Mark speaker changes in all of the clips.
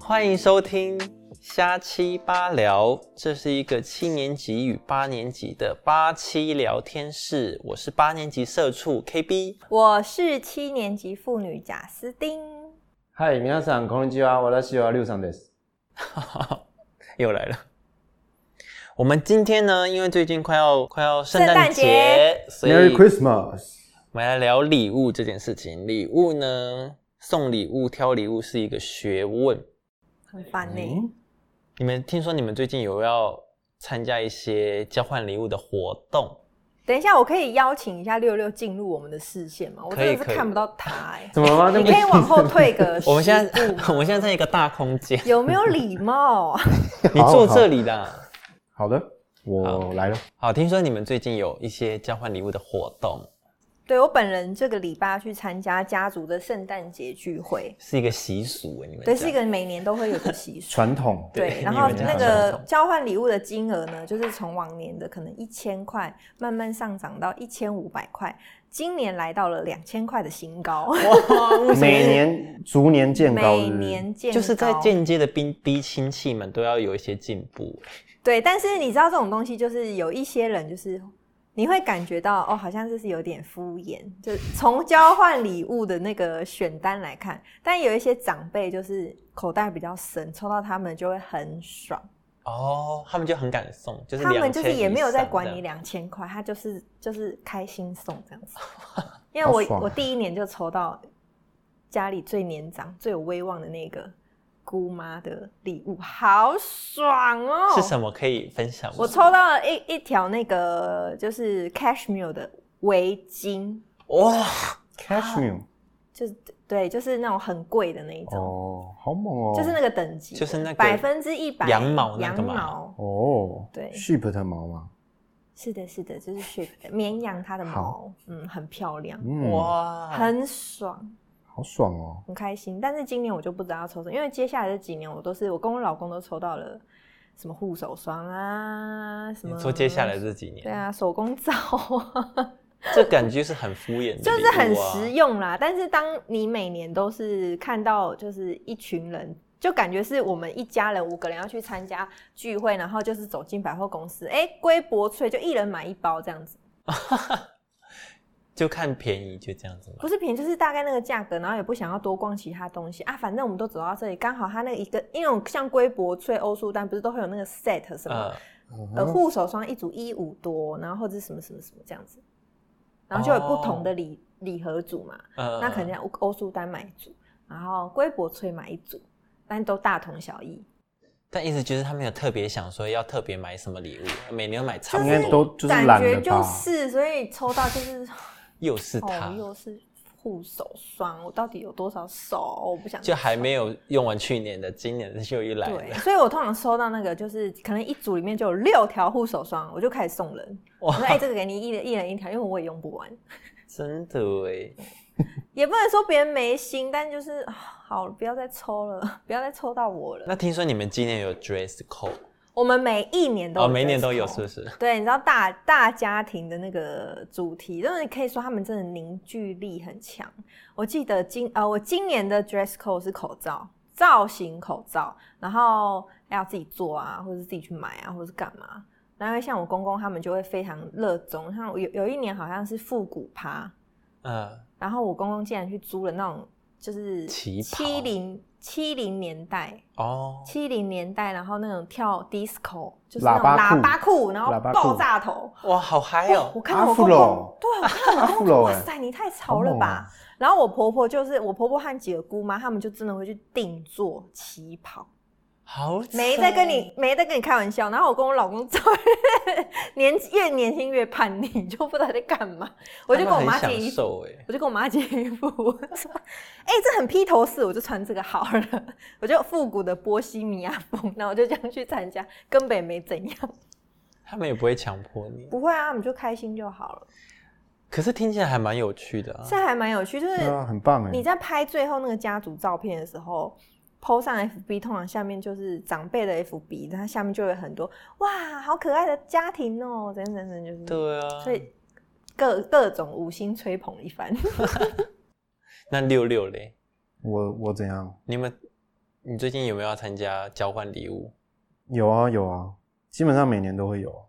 Speaker 1: 欢迎收听瞎七八聊，这是一个七年级与八年级的八七聊天室，我是八年级社畜 KB。
Speaker 2: 我是七年级妇女贾斯汀。
Speaker 3: 嗨，皆さんこんにちは。私はリュウさんです。
Speaker 1: 又来了。我们今天呢，因为最近快要快要圣
Speaker 2: 圣
Speaker 1: 诞
Speaker 2: 诞
Speaker 1: 节，所以
Speaker 3: Merry Christmas。
Speaker 1: 我们来聊礼物这件事情。礼物呢，送礼物、挑礼物是一个学问。
Speaker 2: 很烦呢、
Speaker 3: 嗯，
Speaker 1: 你们听说你们最近有要参加一些交换礼物的活动？
Speaker 2: 等一下，我可以邀请一下六六进入我们的视线吗？我
Speaker 1: 可
Speaker 2: 真
Speaker 1: 以
Speaker 2: 的是
Speaker 1: 可以
Speaker 2: 看不到他哎、
Speaker 3: 怎么了吗？那
Speaker 2: 你
Speaker 3: 不
Speaker 2: 可以往后退个十
Speaker 1: 我们现在
Speaker 2: 步
Speaker 1: 我们现在在一个大空间，
Speaker 2: 有没有礼貌？
Speaker 1: 你坐这里的。
Speaker 3: 好的，我来了。
Speaker 1: 好，听说你们最近有一些交换礼物的活动，
Speaker 2: 对我本人这个礼拜要去参加家族的圣诞节聚会，
Speaker 1: 是一个习俗哎，你们
Speaker 2: 对，
Speaker 1: 家
Speaker 2: 是一个每年都会有的习俗。
Speaker 3: 传统
Speaker 2: 对，
Speaker 1: 对
Speaker 2: 然
Speaker 1: 你
Speaker 2: 后
Speaker 1: 们家
Speaker 2: 那
Speaker 1: 好
Speaker 2: 个
Speaker 1: 像是
Speaker 2: 交换礼物的金额呢，就是从往年的可能一千块，慢慢上涨到一千五百块，今年来到了两千块的新高。
Speaker 1: 哇，为什么
Speaker 3: 每年逐年见高，
Speaker 2: 每
Speaker 3: 是不是
Speaker 2: 年见
Speaker 1: 就是在
Speaker 2: 高
Speaker 1: 间接的逼逼亲戚们都要有一些进步，
Speaker 2: 对，但是你知道这种东西，就是有一些人就是你会感觉到哦，好像就是有点敷衍，就从交换礼物的那个选单来看，但有一些长辈就是口袋比较深，抽到他们就会很爽，
Speaker 1: 哦，他们就很敢送，就是
Speaker 2: 他们就是
Speaker 1: 2000
Speaker 2: 也没有在管
Speaker 1: 以
Speaker 2: 你
Speaker 1: 上
Speaker 2: 两千块，他就是就是开心送这 样子。因为
Speaker 3: 好
Speaker 2: 我
Speaker 1: 啊
Speaker 3: 爽
Speaker 2: 我第一年就抽到家里最年长、最有威望的那个姑妈的礼物，好爽哦！
Speaker 1: 这样是什么可以分享吗？
Speaker 2: 我抽到了一一条那个就是 cashmere 的围巾，
Speaker 1: 哇，
Speaker 3: Cashmere
Speaker 2: 就是对，就是那种很贵的那一种，
Speaker 3: 哦，好猛哦，
Speaker 2: 就是那个等级的，
Speaker 1: 就是那个
Speaker 2: 百分之一百
Speaker 1: 羊毛那
Speaker 2: 羊
Speaker 1: 个嘛
Speaker 2: 毛，
Speaker 3: 哦，
Speaker 2: 对
Speaker 3: ，sheep 的毛嘛，
Speaker 2: 是的，是的，就是 sheep 的绵羊，它的毛
Speaker 3: 好，
Speaker 2: 嗯，很漂亮，
Speaker 3: 嗯，哇，
Speaker 1: 哇，
Speaker 2: 很爽，
Speaker 3: 好爽哦，
Speaker 2: 很开心。但是今年我就不知道要抽什么，因为接下来这几年我都是我跟我老公都抽到了什么护手霜啊，什么
Speaker 1: 你说接下来这几年，
Speaker 2: 对啊，手工皂啊。
Speaker 1: 这感觉是很敷衍的礼物
Speaker 2: 就
Speaker 1: 啊，
Speaker 2: 是很实用啦。但是当你每年都是看到就是一群人，就感觉是我们一家人五个人要去参加聚会，然后就是走进百货公司，哎、龟箔脆就一人买一包这样子，
Speaker 1: 就看便宜就这样子嘛
Speaker 2: 不。是便宜就是大概那个价格，然后也不想要多逛其他东西啊。反正我们都走到这里，刚好它那个一个，因为像龟箔脆、欧舒丹不是都会有那个 set 什么，
Speaker 1: 呃，
Speaker 3: 嗯
Speaker 2: 呃，护手霜一组一五多，然后或者是什么什么什么这样子，然后就有不同的礼、礼盒组嘛。
Speaker 1: 呃
Speaker 2: 那可能要欧舒丹买一组，然后龟箔翠买一组，但都大同小异。
Speaker 1: 但意思就是他没有特别想说要特别买什么礼物，每年买差
Speaker 2: 就
Speaker 1: 不
Speaker 3: 应
Speaker 2: 是
Speaker 3: 该
Speaker 1: 多，
Speaker 3: 都就是
Speaker 2: 感
Speaker 3: 懒
Speaker 2: 觉
Speaker 3: 了
Speaker 2: 就
Speaker 3: 吧？
Speaker 2: 是，所以抽到就是
Speaker 1: 又 是
Speaker 2: 哦
Speaker 1: 他，，
Speaker 2: 又是护手霜，我到底有多少手？我不想
Speaker 1: 就还没有用完去年的，今年的就又来
Speaker 2: 对
Speaker 1: 了，，
Speaker 2: 所以我通常收到那个就是可能一组里面就有六条护手霜，我就开始送人。我
Speaker 1: 哇
Speaker 2: 说哎、这个给你一人一人一条，因为我也用不完，
Speaker 1: 真的哎，
Speaker 2: 也不能说别人没心，但就是啊好不要再抽了， 不要再抽到我了。
Speaker 1: 那听说你们今年有 dress code
Speaker 2: 我们每一年都
Speaker 1: 哦，
Speaker 2: 有
Speaker 1: 每年
Speaker 2: dress
Speaker 1: 都有
Speaker 2: code
Speaker 1: 是不是？
Speaker 2: 对，你知道大大家庭的那个主题，真的可以说他们真的凝聚力很强。我记得今呃，我今年的 dress code 是口罩，造型口罩，然后要自己做啊，或者是自己去买啊，或者是干嘛。然后像我公公他们就会非常热衷，像我有有一年好像是复古趴，
Speaker 1: 嗯，
Speaker 2: 然后我公公竟然去租了那种就是
Speaker 1: 旗袍
Speaker 2: 七零七零年代
Speaker 1: 哦，
Speaker 2: 七零年代，然那种跳 disco，就是那种喇
Speaker 3: 喇叭裤
Speaker 2: 叭裤，然后
Speaker 3: 喇叭裤
Speaker 2: 爆炸头。
Speaker 1: 哇，好嗨
Speaker 2: 哇
Speaker 1: 哦
Speaker 2: 我，看到我公公
Speaker 3: Afro，
Speaker 2: 对，我看到我公
Speaker 3: Afro，
Speaker 2: 公，哇
Speaker 3: 哎
Speaker 2: 塞，你太潮
Speaker 3: 好
Speaker 2: 了
Speaker 3: 猛
Speaker 2: 吧
Speaker 3: 啊！
Speaker 2: 然后我婆婆就是我婆婆和几个姑妈，她们就真的会去定做旗袍，
Speaker 1: 好哦
Speaker 2: 没在跟
Speaker 1: 赞
Speaker 2: 你没在跟你开玩笑。然后我跟我老公年纪越年轻越叛逆， 就不知道在干嘛。我就跟我妈
Speaker 1: 他们
Speaker 2: 借
Speaker 1: 很享
Speaker 2: 衣服，
Speaker 1: 受哎，
Speaker 2: 我就跟我妈借衣服，我说：“哎、这很披头士，我就穿这个好了。” 我就复古的波西米亚风，然后我就这样去参加，根本也没怎样。
Speaker 1: 他们也不会强迫你，
Speaker 2: 不会啊，我们就开心就好了，
Speaker 1: 可是听起来还蛮有趣的啊
Speaker 2: 这，还蛮有趣，就是。啊
Speaker 3: 对啊，很棒哎
Speaker 2: 你，在拍最后那个家族照片的时候， PO 上 FB，通常下面就是长辈的 FB，它下面就有很多哇，好可爱的家庭哦、等等等等，就是
Speaker 1: 对啊。
Speaker 2: 所以各各种五星吹捧一番。
Speaker 1: 那六六嘞，
Speaker 3: 我我怎样？
Speaker 1: 你们你最近有没有要参加交换礼物？
Speaker 3: 有啊有啊，基本上每年都会有啊，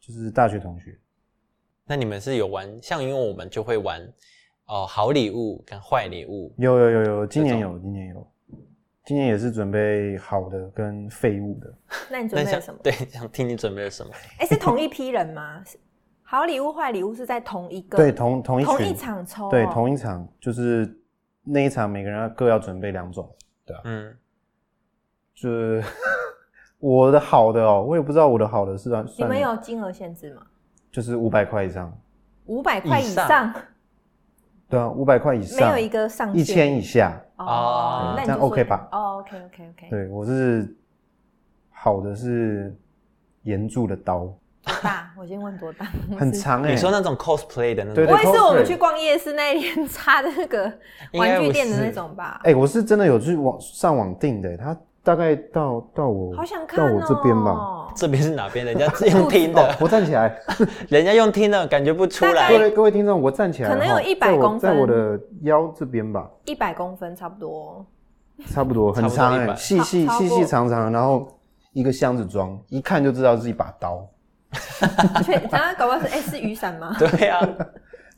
Speaker 3: 就是大学同学。
Speaker 1: 那你们是有玩，像因为我们就会玩哦、呃好礼物跟坏礼物，
Speaker 3: 有有有有，今年有今年有，今年也是准备好的跟废物的。
Speaker 2: 那你
Speaker 1: 那
Speaker 2: 准备
Speaker 1: 想
Speaker 2: 了什么？
Speaker 1: 对，想听你准备了什么？
Speaker 2: 哎、是同一批人吗？是好礼物、坏礼物是在同一个
Speaker 3: 对，同同一群
Speaker 2: 同一场抽、哦
Speaker 3: 对同一场，就是那一场每个人要各要准备两种。
Speaker 1: 嗯，
Speaker 3: 就是我的好的哦、我也不知道我的好的是算
Speaker 2: 你
Speaker 3: 算
Speaker 2: 们有金额限制吗？
Speaker 3: 就是五百块以上，
Speaker 2: 五百块以
Speaker 1: 以
Speaker 2: 上，
Speaker 1: 上
Speaker 3: 对啊，五百块以
Speaker 2: 没
Speaker 3: 上，
Speaker 2: 有一个上限，
Speaker 3: 一千以下，
Speaker 1: 啊
Speaker 2: 哦，那你
Speaker 3: 这样
Speaker 2: 就说
Speaker 3: OK 吧
Speaker 2: 哦，OK OK OK，
Speaker 3: 对我是好的是岩柱的刀，
Speaker 2: 多大？ 我先问多大？
Speaker 3: 很长哎、
Speaker 1: 你说那种 cosplay 的那
Speaker 3: 对
Speaker 1: 种，
Speaker 2: 不会是我们
Speaker 3: cosplay
Speaker 2: 去逛夜市那一天插的那 个
Speaker 1: 应该
Speaker 2: 玩具
Speaker 1: 不
Speaker 2: 店的那
Speaker 1: 是
Speaker 2: 种吧？
Speaker 3: 哎、我是真的有去网上网订的、它大概到到我
Speaker 2: 好想看
Speaker 3: 哎到
Speaker 2: 哦！
Speaker 3: 我这边 吧，
Speaker 1: 这边是哪边？人家是用听
Speaker 3: 哦
Speaker 1: 的，，哎
Speaker 3: 我站起 来，
Speaker 1: 人家用听的感觉不出
Speaker 2: 大
Speaker 3: 各
Speaker 1: 来
Speaker 2: 概。
Speaker 3: 位各位听众，我站起来了
Speaker 2: 可
Speaker 3: 哈，
Speaker 2: 能有100
Speaker 3: 在我
Speaker 2: 公分
Speaker 3: 在我的腰这边吧，
Speaker 2: 一百公分差不多。
Speaker 3: 差不多很
Speaker 1: 差不多
Speaker 3: 长哎、
Speaker 1: 100
Speaker 3: 细细
Speaker 2: 超
Speaker 3: 细
Speaker 2: 超过
Speaker 3: 细长长，然后一个箱子装，一看就知道是一把刀，
Speaker 2: 所以然后搞不好是哎、是雨伞 吗？
Speaker 1: 对啊，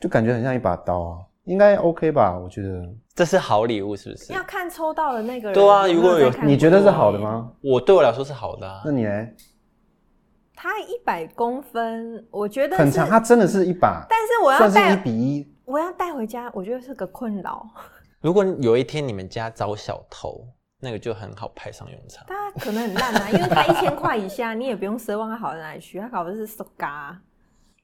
Speaker 3: 就感觉很像一把刀啊，应该 OK 吧？我觉得，
Speaker 1: 这是好礼物是不是？
Speaker 2: 要看抽到的那个人。
Speaker 1: 对啊
Speaker 2: 没
Speaker 1: 如果
Speaker 2: 在
Speaker 1: 有
Speaker 2: 看
Speaker 3: 你觉得是
Speaker 2: 过
Speaker 3: 好的
Speaker 2: 哎？
Speaker 3: 吗？
Speaker 1: 我对我来说是好的啊
Speaker 3: 那。你呢？
Speaker 2: 他一百公分，我觉得
Speaker 3: 很
Speaker 2: 是
Speaker 3: 长，它真的是一把，
Speaker 2: 但是我要
Speaker 3: 算是
Speaker 2: 带，
Speaker 3: 一比一。
Speaker 2: 我要带回家，我觉得是个困扰。
Speaker 1: 如果有一天你们家遭小偷，那个就很好派上用场。
Speaker 2: 它可能很烂啊， 因为它一千块以下，你也不用奢望它好到哪里去，它搞的是手嘎，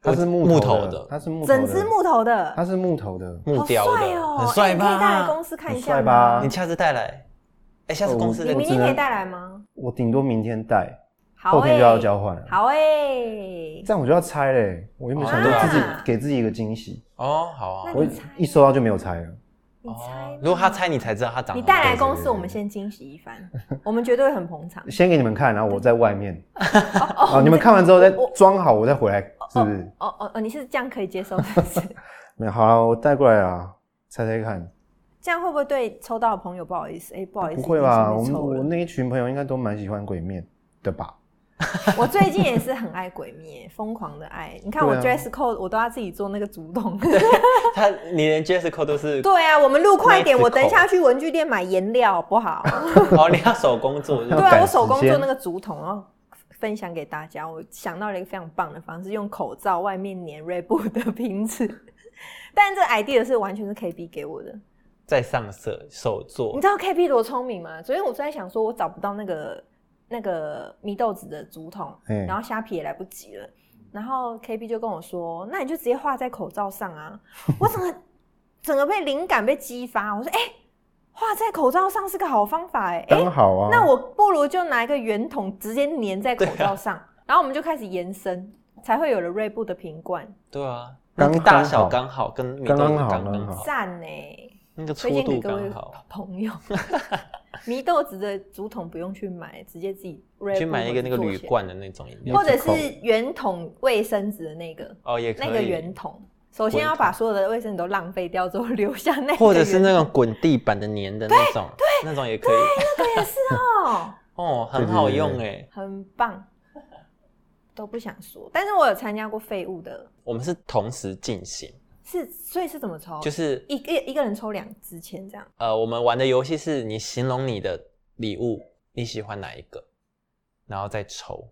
Speaker 3: 它是木
Speaker 1: 木
Speaker 3: 头
Speaker 1: 头
Speaker 3: 的
Speaker 1: 的，
Speaker 3: 它是木头的
Speaker 2: 整只，木头的，
Speaker 3: 它是木头的。
Speaker 1: 木雕
Speaker 2: 好
Speaker 1: 的，
Speaker 2: 帅哦，
Speaker 1: 很帅
Speaker 2: 哎你可以带来
Speaker 1: 吧？
Speaker 2: 公司看一下
Speaker 3: 很帅吧
Speaker 1: 你下次带来，哎，下次
Speaker 3: 哦
Speaker 1: 公司
Speaker 2: 你
Speaker 1: 再
Speaker 2: 明
Speaker 3: 我只
Speaker 2: 天
Speaker 3: 能
Speaker 2: 可以带来吗？
Speaker 3: 我顶多明天带，
Speaker 2: 好、欸，
Speaker 3: 后天就要交换了。
Speaker 2: 好哎、
Speaker 1: 哦
Speaker 3: 这样我就要拆嘞。我原本想说
Speaker 1: 啊
Speaker 3: 自己给自己一个惊喜，
Speaker 1: 哦，好啊
Speaker 2: 那。
Speaker 3: 我
Speaker 2: 你猜
Speaker 3: 一收到就没有拆了。
Speaker 2: 你猜、
Speaker 1: 哦如果他，猜你才知道他长
Speaker 2: 你
Speaker 1: 得
Speaker 2: 带
Speaker 1: 好
Speaker 2: 来公
Speaker 3: 对对
Speaker 2: 司，
Speaker 3: 对
Speaker 2: 我们先惊喜一番，我们绝对会很捧场。
Speaker 3: 先给你们看，然后我在外面
Speaker 2: 哦
Speaker 3: 啊，你们看完之后再装好，我再回来，是
Speaker 2: 哦
Speaker 3: 不是？
Speaker 2: 哦哦哦，你是这样可以接受的，是不是
Speaker 3: 没有，好了，我带过来啊，猜猜看。
Speaker 2: 这样会不会对抽到的朋友不好意思？哎、不好意思，
Speaker 3: 不会吧？
Speaker 2: 已
Speaker 3: 我
Speaker 2: 经
Speaker 3: 们
Speaker 2: 先被抽
Speaker 3: 我
Speaker 2: 了
Speaker 3: 那一群朋友应该都蛮喜欢鬼面的吧？
Speaker 2: 我最近也是很爱鬼灭，疯狂的爱。你看我
Speaker 3: 对啊
Speaker 2: dress code，我都要自己做那个竹筒。
Speaker 1: 他，你连 Jessica 都是
Speaker 2: 对啊，我们录快点，
Speaker 1: Mexico
Speaker 2: 我等一下去文具店买颜料，好不好？
Speaker 1: 哦，你要手工做，
Speaker 2: 对
Speaker 1: 对
Speaker 3: 要
Speaker 2: 啊，
Speaker 3: 赶
Speaker 2: 我手工
Speaker 3: 时间
Speaker 2: 做那个竹筒，然后分享给大家。我想到了一个非常棒的方式，用口罩外面粘锐布的瓶子。 但这个 idea 是完全是 KB 给我的。
Speaker 1: 在上色手
Speaker 2: 你
Speaker 1: 做，
Speaker 2: 知道 KB 多聪明吗？昨天我就在想，说我找不到那个那个米豆子的竹筒，
Speaker 3: 嗯
Speaker 2: 然后虾皮也来不及了。然后 KB 就跟我说：“那你就直接画在口罩上啊！”我整个整个被灵感被激发，我说：“哎、画在口罩上是个好方法哎、哎、
Speaker 3: 刚好
Speaker 1: 哦
Speaker 3: 啊。
Speaker 2: 那我不如就拿一个圆筒直接粘在口
Speaker 1: 啊
Speaker 2: 罩上，然后我们就开始延伸，才会有了锐步的瓶罐，
Speaker 1: 对啊，那
Speaker 3: 刚
Speaker 1: 个大小刚好，跟米豆
Speaker 3: 刚
Speaker 1: 子
Speaker 3: 刚好
Speaker 1: 刚
Speaker 3: 刚
Speaker 1: 刚
Speaker 3: 好
Speaker 1: 好，
Speaker 2: 赞呢、
Speaker 1: 那个哦粗
Speaker 2: 推荐给
Speaker 1: 度
Speaker 2: 各位
Speaker 1: 刚好。
Speaker 2: 朋友。 迷豆子的竹筒不用去买，直接自己 Red
Speaker 1: 去买一个那个
Speaker 2: Bull
Speaker 1: 铝罐的那种饮料
Speaker 2: 或，者是圆筒卫生纸的那个
Speaker 1: 哦，也可以。
Speaker 2: 那个圆筒。首先要把所有的卫生纸都浪费掉，之后留下那个
Speaker 1: 或者是那
Speaker 2: 圆
Speaker 1: 种滚地板的粘的那种，那种也可以。
Speaker 2: 筒对，是哦，
Speaker 1: 哦，
Speaker 3: 对
Speaker 1: 很
Speaker 3: 对
Speaker 1: 好
Speaker 3: 对
Speaker 1: 用
Speaker 3: 对
Speaker 1: 哎。
Speaker 2: 很棒。都不想说，但是我有参加过废物的，
Speaker 1: 我们是同时进行，
Speaker 2: 是所以是怎么抽？
Speaker 1: 就是
Speaker 2: 一个一个人抽两支签这样。
Speaker 1: 呃，我们玩的游戏是你形容你的礼物，你喜欢哪一个，然后再抽。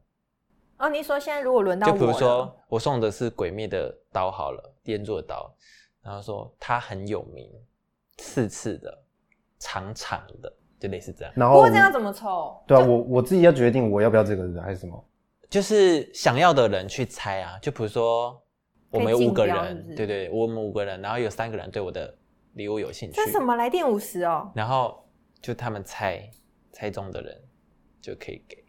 Speaker 2: 哦，你说现在如果轮到我
Speaker 1: 就
Speaker 2: 了，
Speaker 1: 比如说，我送的是《鬼灭》的刀好了，电做的刀，然后说它很有名，刺刺的，长长的，就类似这样，
Speaker 3: 然
Speaker 2: 不
Speaker 3: 后
Speaker 2: 过这样怎么抽？
Speaker 3: 对啊，我我自己要决定我要不要这个是不是还是什么。
Speaker 1: 就是想要的人去猜啊。就比如说，我们有
Speaker 2: 可以
Speaker 1: 五个
Speaker 2: 竞标是
Speaker 1: 人
Speaker 2: 不，是
Speaker 1: 对对，我们五个人，然后有三个人对我的礼物有兴趣
Speaker 2: 这，是什么来电五十哦？
Speaker 1: 然后就他们猜猜中的人就可以给，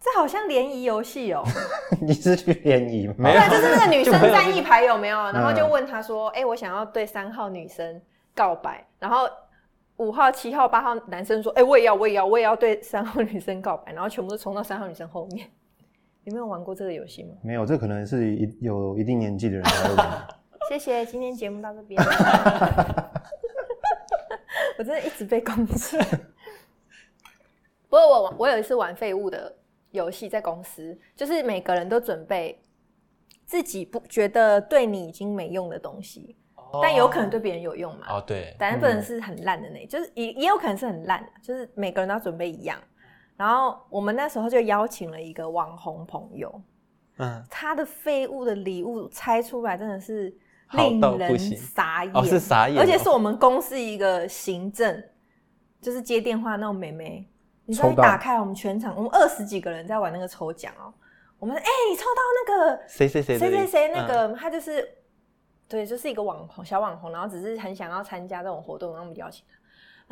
Speaker 2: 这好像联谊游戏哦。
Speaker 3: 你是去联谊吗？
Speaker 1: 没有
Speaker 2: 对，就是那个女生站一排有没有？然后
Speaker 3: 嗯
Speaker 2: 就问他说：“哎、我想要对三号女生告白。”然后。五号、七号、八号男生说：“哎、我也要，我也要，我也要对三号女生告白。”然后全部都冲到三号女生后面。你们有玩过这个游戏吗？
Speaker 3: 没有，这可能是一有一定年纪的人才 会玩。
Speaker 2: 谢谢，今天节目到这 边。我真的一直被攻击。 不过我我有一次玩废物的游戏，在公司，就是每个人都准备自己不觉得对你已经没用的东西，但有可能对别人有用嘛。
Speaker 1: 哦，对，
Speaker 2: 当然不能是很烂的那，就是也也有可能是很烂的，就是每个人都要准备一样。然后我们那时候就邀请了一个网红朋友，
Speaker 1: 嗯，
Speaker 2: 他的废物的礼物拆出来真的是
Speaker 1: 好
Speaker 2: 令
Speaker 1: 到不
Speaker 2: 人
Speaker 1: 行
Speaker 2: 傻眼，
Speaker 1: 哦是傻眼哦，
Speaker 2: 而且是我们公司一个行政，就是接电话那种妹妹，你知道
Speaker 3: 抽
Speaker 2: 一
Speaker 3: 到
Speaker 2: 打开我们全场，我们二十几个人在玩那个抽奖哦、我们哎、你抽到那个
Speaker 1: 谁谁谁
Speaker 2: 谁谁谁
Speaker 1: 嗯
Speaker 2: 那，个，他就是对，就是一个网红小网红，然后只是很想要参加这种活动，然后我们邀请他，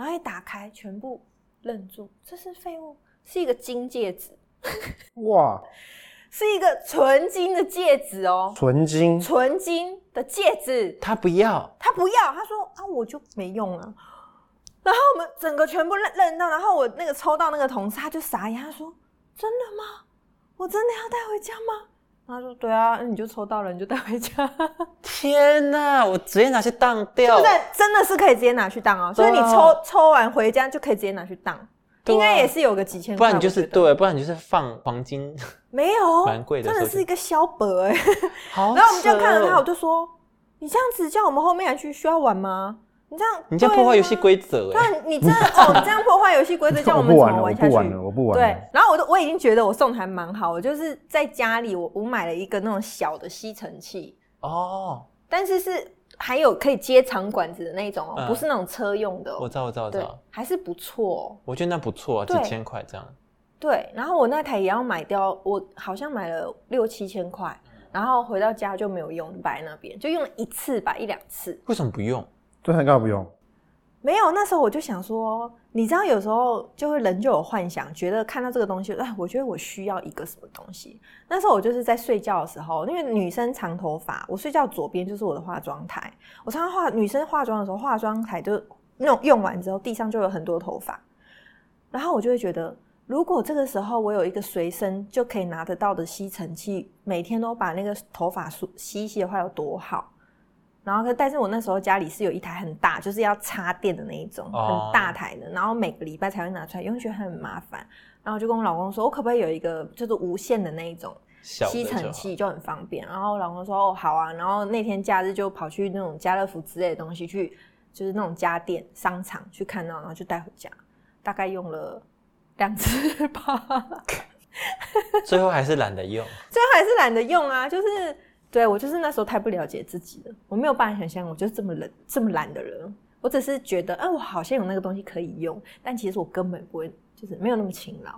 Speaker 2: 然后一打开，全部愣住，这是废物，是一个金戒指，
Speaker 3: 哇，
Speaker 2: 是一个纯金的戒指哦、
Speaker 3: 纯金
Speaker 2: 纯金的戒指，
Speaker 1: 他不要，
Speaker 2: 他不要，他说啊，我就没用啊。然后我们整个全部愣愣到，然后我那个抽到那个同事他就傻眼，他说：“真的吗？我真的要带回家吗？”然后他说：“对啊，那你就抽到了，你就带回家。”
Speaker 1: 哦天哪，我直接拿去当掉，
Speaker 2: 不是真的是可以直接拿去当哦、
Speaker 1: 对
Speaker 2: 所
Speaker 1: 啊
Speaker 2: 以你抽抽完回家就可以直接拿去当，
Speaker 1: 对啊
Speaker 2: 应该也是有个几千
Speaker 1: 不
Speaker 2: 块，
Speaker 1: 然你就
Speaker 2: 我
Speaker 1: 是
Speaker 2: 觉得
Speaker 1: 对，不然你就是放黄 金，
Speaker 2: 没有
Speaker 1: 蛮贵的
Speaker 2: 真的
Speaker 1: 手
Speaker 2: 是
Speaker 1: 机哦
Speaker 2: 一个小本哎、
Speaker 1: 好，
Speaker 2: 然后我们就看着他，我，就说：“你这样子叫我们后面还去需要玩吗？你这样
Speaker 1: 你这样破坏游戏规则
Speaker 2: 对啊
Speaker 1: 哎，
Speaker 2: 对啊，你真的哦，你这样破坏游戏规 则，叫
Speaker 3: 我
Speaker 2: 们
Speaker 3: 不
Speaker 2: 怎
Speaker 3: 玩
Speaker 2: 么
Speaker 3: 了，我
Speaker 2: 玩下
Speaker 3: 不
Speaker 2: 去？
Speaker 3: 玩了，我不玩
Speaker 2: 对
Speaker 3: 了。，
Speaker 2: 然后我都我已经觉得我送的还蛮好，我就是在家里我我买了一个那种小的吸尘器，
Speaker 1: 哦，
Speaker 2: 但是是还有可以接长管子的那一种哦、
Speaker 1: 嗯
Speaker 2: 不是那种车用的、哦。
Speaker 1: 我知道，我知道，我知
Speaker 2: 对
Speaker 1: 道，，
Speaker 2: 还是不错、哦。
Speaker 1: 我觉得那不错啊，几
Speaker 2: 对
Speaker 1: 千块这样，
Speaker 2: 对，然后我那台也要买掉，我好像买了六七千块，然后回到家就没有用，摆在那边就用了一次吧，一两次。
Speaker 1: 为什么不用？
Speaker 3: 对，很高不用。
Speaker 2: 没有，那时候我就想说，你知道，有时候就会人就有幻想，觉得看到这个东西，哎，我觉得我需要一个什么东西。那时候我就是在睡觉的时候，因为女生长头发，我睡觉左边就是我的化妆台。我常常化女生化妆的时候，化妆台就那种用完之后，地上就有很多头发，然后我就会觉得，如果这个时候我有一个随身就可以拿得到的吸尘器，每天都把那个头发梳吸一吸的话，有多好。然后可，但是我那时候家里是有一台很大，就是要插电的那一种，
Speaker 1: 哦
Speaker 2: 很大台的，然后每个礼拜才会拿出来，因为觉得很麻烦。然后我就跟我老公说，我可不可以有一个就是无线的那一种
Speaker 1: 小的
Speaker 2: 吸
Speaker 1: 就
Speaker 2: 尘
Speaker 1: 好
Speaker 2: 器就很方便。然后我老公说哦好啊，然后那天假日就跑去那种家乐福之类的东西去，就是那种家电商场去看到，然后就带回家，大概用了两次吧。
Speaker 1: 最后还是懒得用。
Speaker 2: 最后还是懒得用啊，就是对我就是那时候太不了解自己了，我没有办法想象我就是这么懒这么懒的人。我只是觉得，哎、我好像有那个东西可以用，但其实我根本不会，就是没有那么勤劳。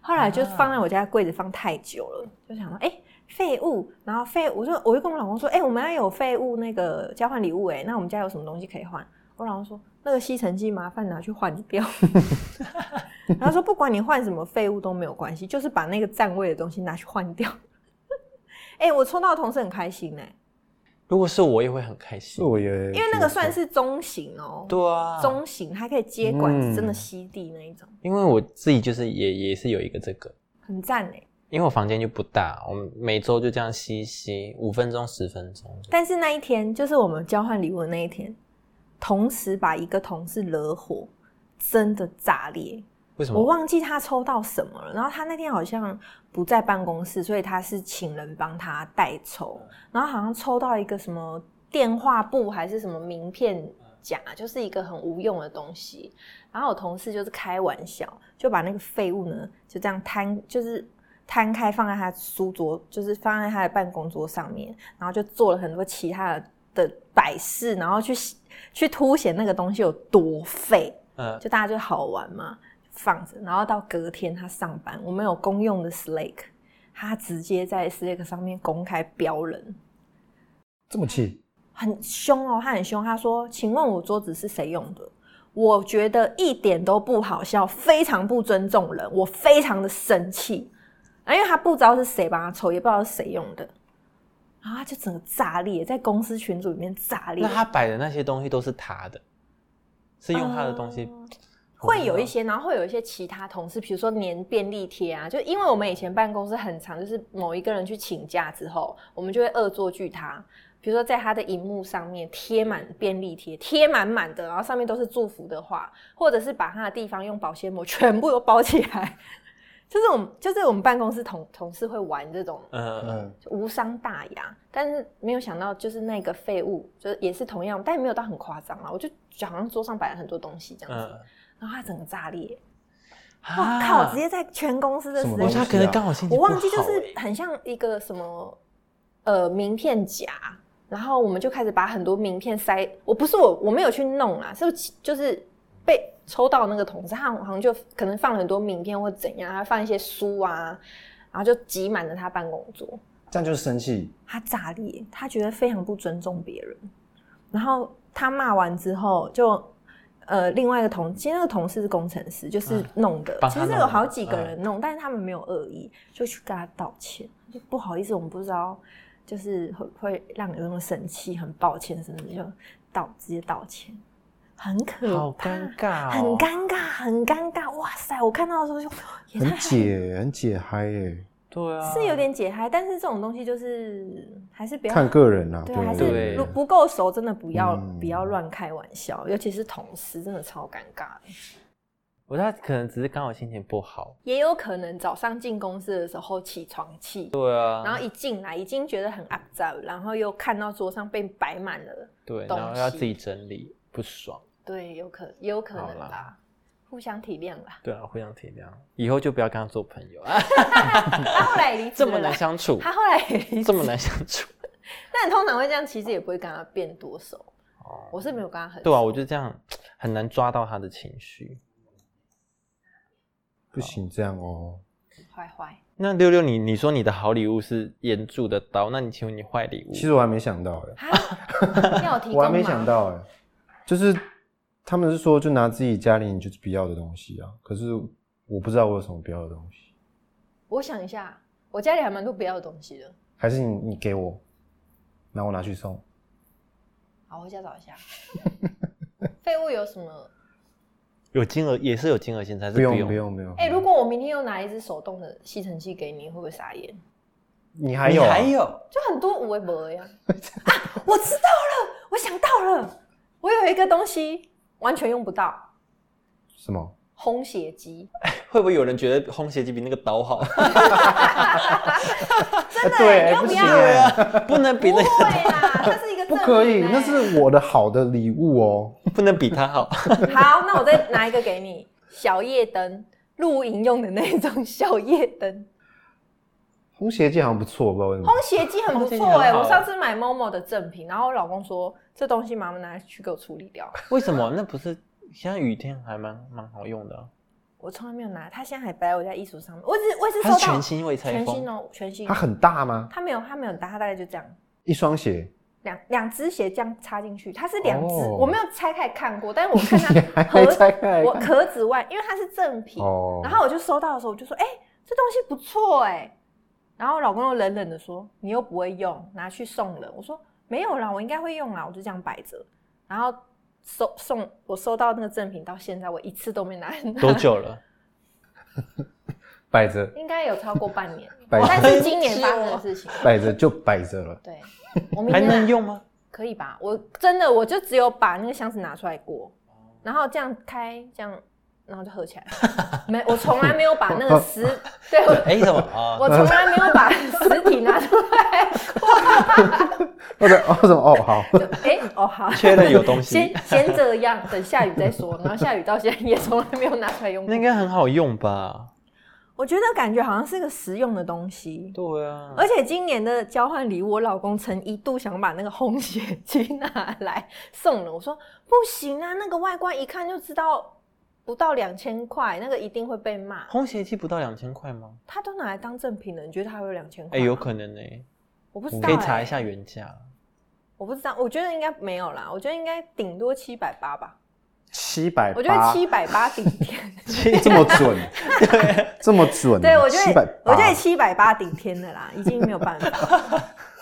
Speaker 2: 后来就放在我家柜子放太久了，就想说，哎、废物，然后废，我就我就跟我老公说，哎、我们要有废物那个交换礼物、哎，那我们家有什么东西可以换？我老公说，那个吸尘器麻烦拿去换掉。 然后说，不管你换什么废物都没有关系，就是把那个占位的东西拿去换掉。哎、我抽到的同事很开心呢、
Speaker 1: 如果是我也会很开
Speaker 3: 是
Speaker 1: 心，
Speaker 3: 我也
Speaker 2: 因为那个算是中型哦、
Speaker 1: 对啊，
Speaker 2: 中型还可以接管子，
Speaker 3: 嗯
Speaker 2: 真的吸地那一种，
Speaker 1: 因为我自己就是也也是有一个这个，
Speaker 2: 很赞哎、
Speaker 1: 因为我房间就不大，我们每周就这样吸一吸，五分钟十分钟。
Speaker 2: 但是那一天就是我们交换礼物的那一天，同时把一个同事惹火，真的炸裂。
Speaker 1: 为什么？
Speaker 2: 我忘记他抽到什么了。然后他那天好像不在办公室，所以他是请人帮他代抽，然后好像抽到一个什么电话簿还是什么名片夹，就是一个很无用的东西。然后我同事就是开玩笑，就把那个废物呢就这样摊，就是。摊开放在他书桌，就是放在他的办公桌上面，然后就做了很多其他的的摆饰，然后去去凸显那个东西有多废。
Speaker 1: 嗯，
Speaker 2: 就大家就好玩嘛，放着，然后到隔天他上班，我们有公用的 Slack，他直接在 Slack 上面公开标人，
Speaker 3: 这么气，
Speaker 2: 很凶哦，他很凶，他说：“请问我桌子是谁用的？”我觉得一点都不好笑，非常不尊重人，我非常的生气啊！因为他不知道是谁帮他抽，也不知道是谁用的，然后他就整个炸裂，在公司群组里面炸裂。
Speaker 1: 那他摆的那些东西都是他的，是用他的东西，
Speaker 2: 嗯会有一
Speaker 1: 些
Speaker 2: 些，然后会有一些其他同事，比如说粘便利贴啊，就因为我们以前办公室很长，就是某一个人去请假之后，我们就会恶作剧他，比如说在他的荧幕上面贴满便利贴，贴满满的，然后上面都是祝福的话，或者是把他的地方用保鲜膜全部都包起来， 就是我们就是我们办公室同同事会玩这种
Speaker 1: 呃
Speaker 3: 嗯，
Speaker 2: 无伤大雅，但是没有想到就是那个废物，就是也是同样，但也没有到很夸张啊，我就好像桌上摆了很多东西这样子。
Speaker 1: 嗯，啊
Speaker 2: 然后他整个炸裂，
Speaker 1: 我
Speaker 2: 哇靠！直接在全公司的
Speaker 3: 什么
Speaker 2: 时
Speaker 1: 我
Speaker 3: 东西
Speaker 1: 哦他
Speaker 2: 间，
Speaker 1: 可能刚好心情
Speaker 2: 啊
Speaker 1: 不
Speaker 2: 我
Speaker 1: 好
Speaker 2: 忘记就是
Speaker 1: 欸
Speaker 2: 很像一个什么呃名片夹，然后我们就开始把很多名片塞。我不是我我没有去弄啊，是其就是被抽到那个同事，他好像就可能放了很多名片或怎样，他放一些书啊，然后就挤满了他办公桌。
Speaker 3: 这样就是生气，
Speaker 2: 他炸裂，他觉得非常不尊重别人。然后他骂完之后就，呃，另外一个同，其实那个同事是工程师，就是弄的。
Speaker 1: 嗯帮
Speaker 2: 其
Speaker 1: 他
Speaker 2: 实
Speaker 1: 弄的嗯
Speaker 2: 有好几个人弄，但是他们没有恶意，就去跟他道歉，就不好意思，我们不知道，就是会会让你有那么生气，很抱歉什么的，就道直接道歉，很可怕，
Speaker 1: 好尴尬哦，
Speaker 2: 很尴尬，很尴尬。哇塞，我看到的时候就也
Speaker 3: 很
Speaker 2: 太
Speaker 3: 解很解嗨耶，
Speaker 1: 对啊，
Speaker 2: 是有点解嗨，但是这种东西就是还是不要
Speaker 3: 看个人啦，
Speaker 2: 对啊，还
Speaker 1: 对
Speaker 2: 是如不够熟，真的不要、
Speaker 3: 嗯
Speaker 2: 不要乱开玩笑，尤其是同事，真的超尴尬的。
Speaker 1: 我觉得他可能只是刚好心情不好，
Speaker 2: 也有可能早上进公司的时候起床气，
Speaker 1: 对啊，
Speaker 2: 然后一进来已经觉得很 up 然后又看到桌上被摆满了，
Speaker 1: 对，
Speaker 2: 东
Speaker 1: 然后要
Speaker 2: 西
Speaker 1: 自己整理，不爽，
Speaker 2: 对，有可也有可
Speaker 1: 好
Speaker 2: 能
Speaker 1: 啦
Speaker 2: 吧，互相体谅啦。
Speaker 1: 对啊，互相体谅，以后就不要跟他做朋友 啊，
Speaker 2: 他后来也离职
Speaker 1: 这
Speaker 2: 了
Speaker 1: 么
Speaker 2: 啦
Speaker 1: 难，相处，
Speaker 2: 他后来也离职
Speaker 1: 这，么难相处，
Speaker 2: 但你通常会这样，其实也不会跟他变多熟。我是没有跟他很
Speaker 1: 对啊，
Speaker 2: 熟
Speaker 1: 我就这样很难抓到他的情绪。
Speaker 3: 不行这样哦，
Speaker 2: 坏 坏，
Speaker 1: 那六六，你你说你的好礼物是盐铸的刀，那你请问你坏礼物？
Speaker 3: 其实我还没想到哎，
Speaker 2: 哈要我提供
Speaker 3: 我还没
Speaker 2: 吗
Speaker 3: 想到哎，就是他们是说就拿自己家里你就是不要的东西啊，可是我不知道我有什么不要的东西，
Speaker 2: 我想一下，我家里还蛮多不要的东西的。
Speaker 3: 还是你你给我，然后我拿去送，
Speaker 2: 好，我回家找一下。废物有什么？
Speaker 1: 有金额也是有金额限制，还是
Speaker 3: 不用不用不用，
Speaker 2: 哎、如果我明天又拿一支手动的吸尘器给你，会不会傻眼？
Speaker 3: 你
Speaker 1: 还
Speaker 3: 还
Speaker 1: 有
Speaker 3: 有啊
Speaker 1: 还有，
Speaker 2: 就很多无为博呀。啊，我知道了，我想到了，我有一个东西完全用不到，
Speaker 3: 什么？
Speaker 2: 烘鞋机。
Speaker 1: 会不会有人觉得烘鞋机比那个刀 好？
Speaker 2: 真的、欸
Speaker 3: 啊对
Speaker 2: 你要
Speaker 3: 不
Speaker 2: 不
Speaker 3: 行
Speaker 2: 要？
Speaker 3: 哎
Speaker 2: 啊
Speaker 1: 不能比
Speaker 2: 不
Speaker 1: 那个，
Speaker 2: 会啦，那是一个
Speaker 3: 不
Speaker 2: 赠
Speaker 3: 可以，
Speaker 2: 品欸
Speaker 3: 那是我的好的礼物哦。
Speaker 1: 不能比它好。
Speaker 2: 好。那我再拿一个给你，小夜灯，露营用的那种小夜灯。
Speaker 3: 烘鞋记好像不错，不知道为什么。
Speaker 2: 烘鞋机很不
Speaker 1: 烘鞋机很
Speaker 2: 错
Speaker 1: 好
Speaker 2: 哎、我上次买 MOMO 的赠品，然后我老公说这东西妈妈拿去给我处理掉，
Speaker 1: 为什么？那不是现在雨天还蛮蛮好用的啊、
Speaker 2: 我从来没有拿，它现在还摆在我家艺术上面，我只我也是收
Speaker 1: 它
Speaker 2: 到
Speaker 1: 是全新未拆
Speaker 2: 全
Speaker 1: 封
Speaker 2: 新，哦、全新
Speaker 3: 它，很大吗？
Speaker 2: 它没有它没有搭，它大概就这样，
Speaker 3: 一双鞋，
Speaker 2: 两两只鞋这样插进去，它是两只，
Speaker 3: 哦
Speaker 2: 我没有拆开看过，但是我看
Speaker 3: 你
Speaker 2: 它
Speaker 3: 还
Speaker 2: 盒
Speaker 3: 没
Speaker 2: 子
Speaker 3: 拆开来
Speaker 2: 我
Speaker 3: 看？
Speaker 2: 壳子外，因为它是赠品，
Speaker 3: 哦
Speaker 2: 然后我就收到的时候我就说，哎、这东西不错哎、然后我老公又冷冷的说，你又不会用，拿去送人。我说没有啦，我应该会用啦，啊我就这样摆着。然后收送我收到那个赠品到现在，我一次都没拿。
Speaker 1: 多？久了？
Speaker 3: 摆着
Speaker 2: 应该有超过半年，
Speaker 3: 摆着
Speaker 2: 但是今年发生的事情。
Speaker 3: 摆着就摆着了，
Speaker 2: 对，我明
Speaker 1: 还
Speaker 2: 天拿啊
Speaker 1: 能用吗？
Speaker 2: 可以吧？我真的我就只有把那个箱子拿出来过，然后这样开，这样，然后就合起来。没，我从来没有把那个实，对我
Speaker 1: 哎、 什么啊？
Speaker 2: 我从来没有把实体拿出来。
Speaker 3: 或者哦什么哦好，
Speaker 2: 哎、哦好，
Speaker 1: 确认有东西
Speaker 2: 先先这样，等下雨再说。然后下雨到现在也从来没有拿出来用过
Speaker 1: 那应。该很好用吧？
Speaker 2: 我觉得感觉好像是个实用的东西。
Speaker 1: 对啊，
Speaker 2: 而且今年的交换礼物，我老公曾一度想把那个烘鞋机拿来送了，我说不行啊，那个外观一看就知道不到两千块，那个一定会被骂。
Speaker 1: 烘鞋机不到两千块吗？
Speaker 2: 他都拿来当赠品了，你觉得他会有两千块
Speaker 1: 哎、
Speaker 2: 吗？
Speaker 1: 有可能呢、
Speaker 2: 我不知
Speaker 1: 你
Speaker 2: 道、
Speaker 1: 可以查一
Speaker 2: 哎
Speaker 1: 下原价。
Speaker 2: 我不知道，我觉得应该没有啦，我觉得应该顶多七百八吧，
Speaker 3: 七百
Speaker 2: 我觉得七百八顶 天。
Speaker 3: 这么准，这么准，啊
Speaker 2: 对，我觉
Speaker 3: 七
Speaker 2: 得
Speaker 3: 百
Speaker 2: 我觉得七百八顶天的啦，已经没有办法。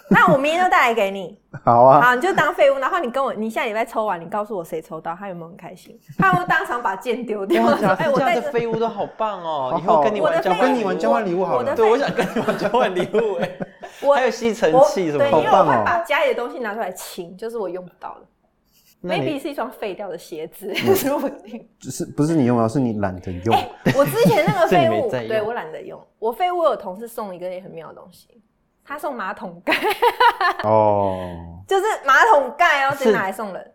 Speaker 2: 那我明天就带来给你，
Speaker 3: 好啊，
Speaker 2: 好，你就当废物。然后你跟我，你下礼拜抽完，你告诉我谁抽到，他有没有很开心？他有没有当场把剑丢掉？说哎、我
Speaker 1: 这
Speaker 2: 带
Speaker 1: 样
Speaker 2: 着
Speaker 1: 的废物都好棒哦，
Speaker 3: 好
Speaker 1: 以后跟你
Speaker 2: 我的
Speaker 1: 玩交
Speaker 2: 废物，
Speaker 1: 换
Speaker 3: 跟你玩交换礼物好了
Speaker 2: 我的
Speaker 1: 对，
Speaker 2: 废
Speaker 1: 我
Speaker 2: 物
Speaker 1: 想跟你玩交换礼物哎，
Speaker 2: 我
Speaker 1: 还有吸尘
Speaker 2: 我
Speaker 1: 器什
Speaker 2: 对，
Speaker 1: 么
Speaker 2: 因
Speaker 1: 的。
Speaker 2: 为
Speaker 3: 好
Speaker 2: 我
Speaker 3: 棒
Speaker 2: 会
Speaker 3: 哦
Speaker 2: 把家里的东西拿出来清，就是我用不到的。
Speaker 1: 那你嗯
Speaker 2: maybe 是一双废掉的鞋子， 说不定。
Speaker 3: 只是不是你用啊，是你懒得用。
Speaker 2: 哎、我之 前那个
Speaker 1: 这你
Speaker 2: 废
Speaker 1: 没
Speaker 2: 物，
Speaker 1: 在用
Speaker 2: 对我懒得用。我废物有同事送一个也很妙的东西，他送马桶盖，
Speaker 3: 哦，
Speaker 2: 就是马桶盖哦，直接
Speaker 1: 是
Speaker 2: 拿来送人，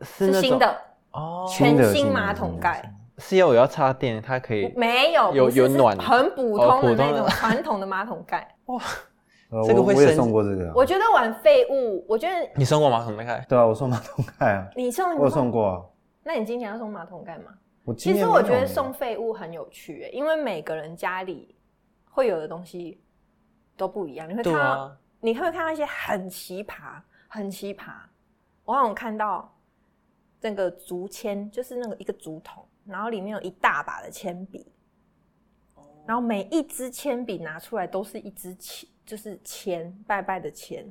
Speaker 1: 是
Speaker 2: 是
Speaker 1: 那
Speaker 2: 新
Speaker 1: 种
Speaker 2: 的，
Speaker 1: 哦，
Speaker 3: 新
Speaker 2: 全
Speaker 3: 的
Speaker 2: 新
Speaker 3: 新的
Speaker 2: 马桶盖，
Speaker 1: 是要我要插电，它可以
Speaker 2: 没有，
Speaker 1: 有
Speaker 2: 不是
Speaker 1: 有
Speaker 2: 是
Speaker 1: 暖
Speaker 2: 很普
Speaker 1: 哦普
Speaker 2: 通的
Speaker 1: 通
Speaker 2: 那 种
Speaker 1: 的
Speaker 2: 传统的马桶 盖。
Speaker 3: 呃
Speaker 1: 这个
Speaker 3: 我
Speaker 1: 会
Speaker 3: 我也
Speaker 1: 生
Speaker 3: 送过这个
Speaker 1: 哦
Speaker 3: 啊，
Speaker 2: 我觉得玩废物，我觉得
Speaker 1: 你送过马桶盖？
Speaker 3: 对啊，我送马桶盖啊，
Speaker 2: 你送，
Speaker 3: 我有送过啊。
Speaker 2: 那你今年要送马桶盖吗？
Speaker 3: 我今
Speaker 2: 其实
Speaker 3: 年
Speaker 2: 我
Speaker 3: 没
Speaker 2: 觉得
Speaker 3: 有
Speaker 2: 送废物很有趣耶、因为每个人家里会有的东西都不一样。你会看
Speaker 1: 对
Speaker 2: 到，
Speaker 1: 啊，
Speaker 2: 你会看到一些很奇葩、很奇葩。我好像看到那个竹签，就是那个一个竹筒，然后里面有一大把的铅笔，然后每一支铅笔拿出来都是一支签，就是签拜拜的签，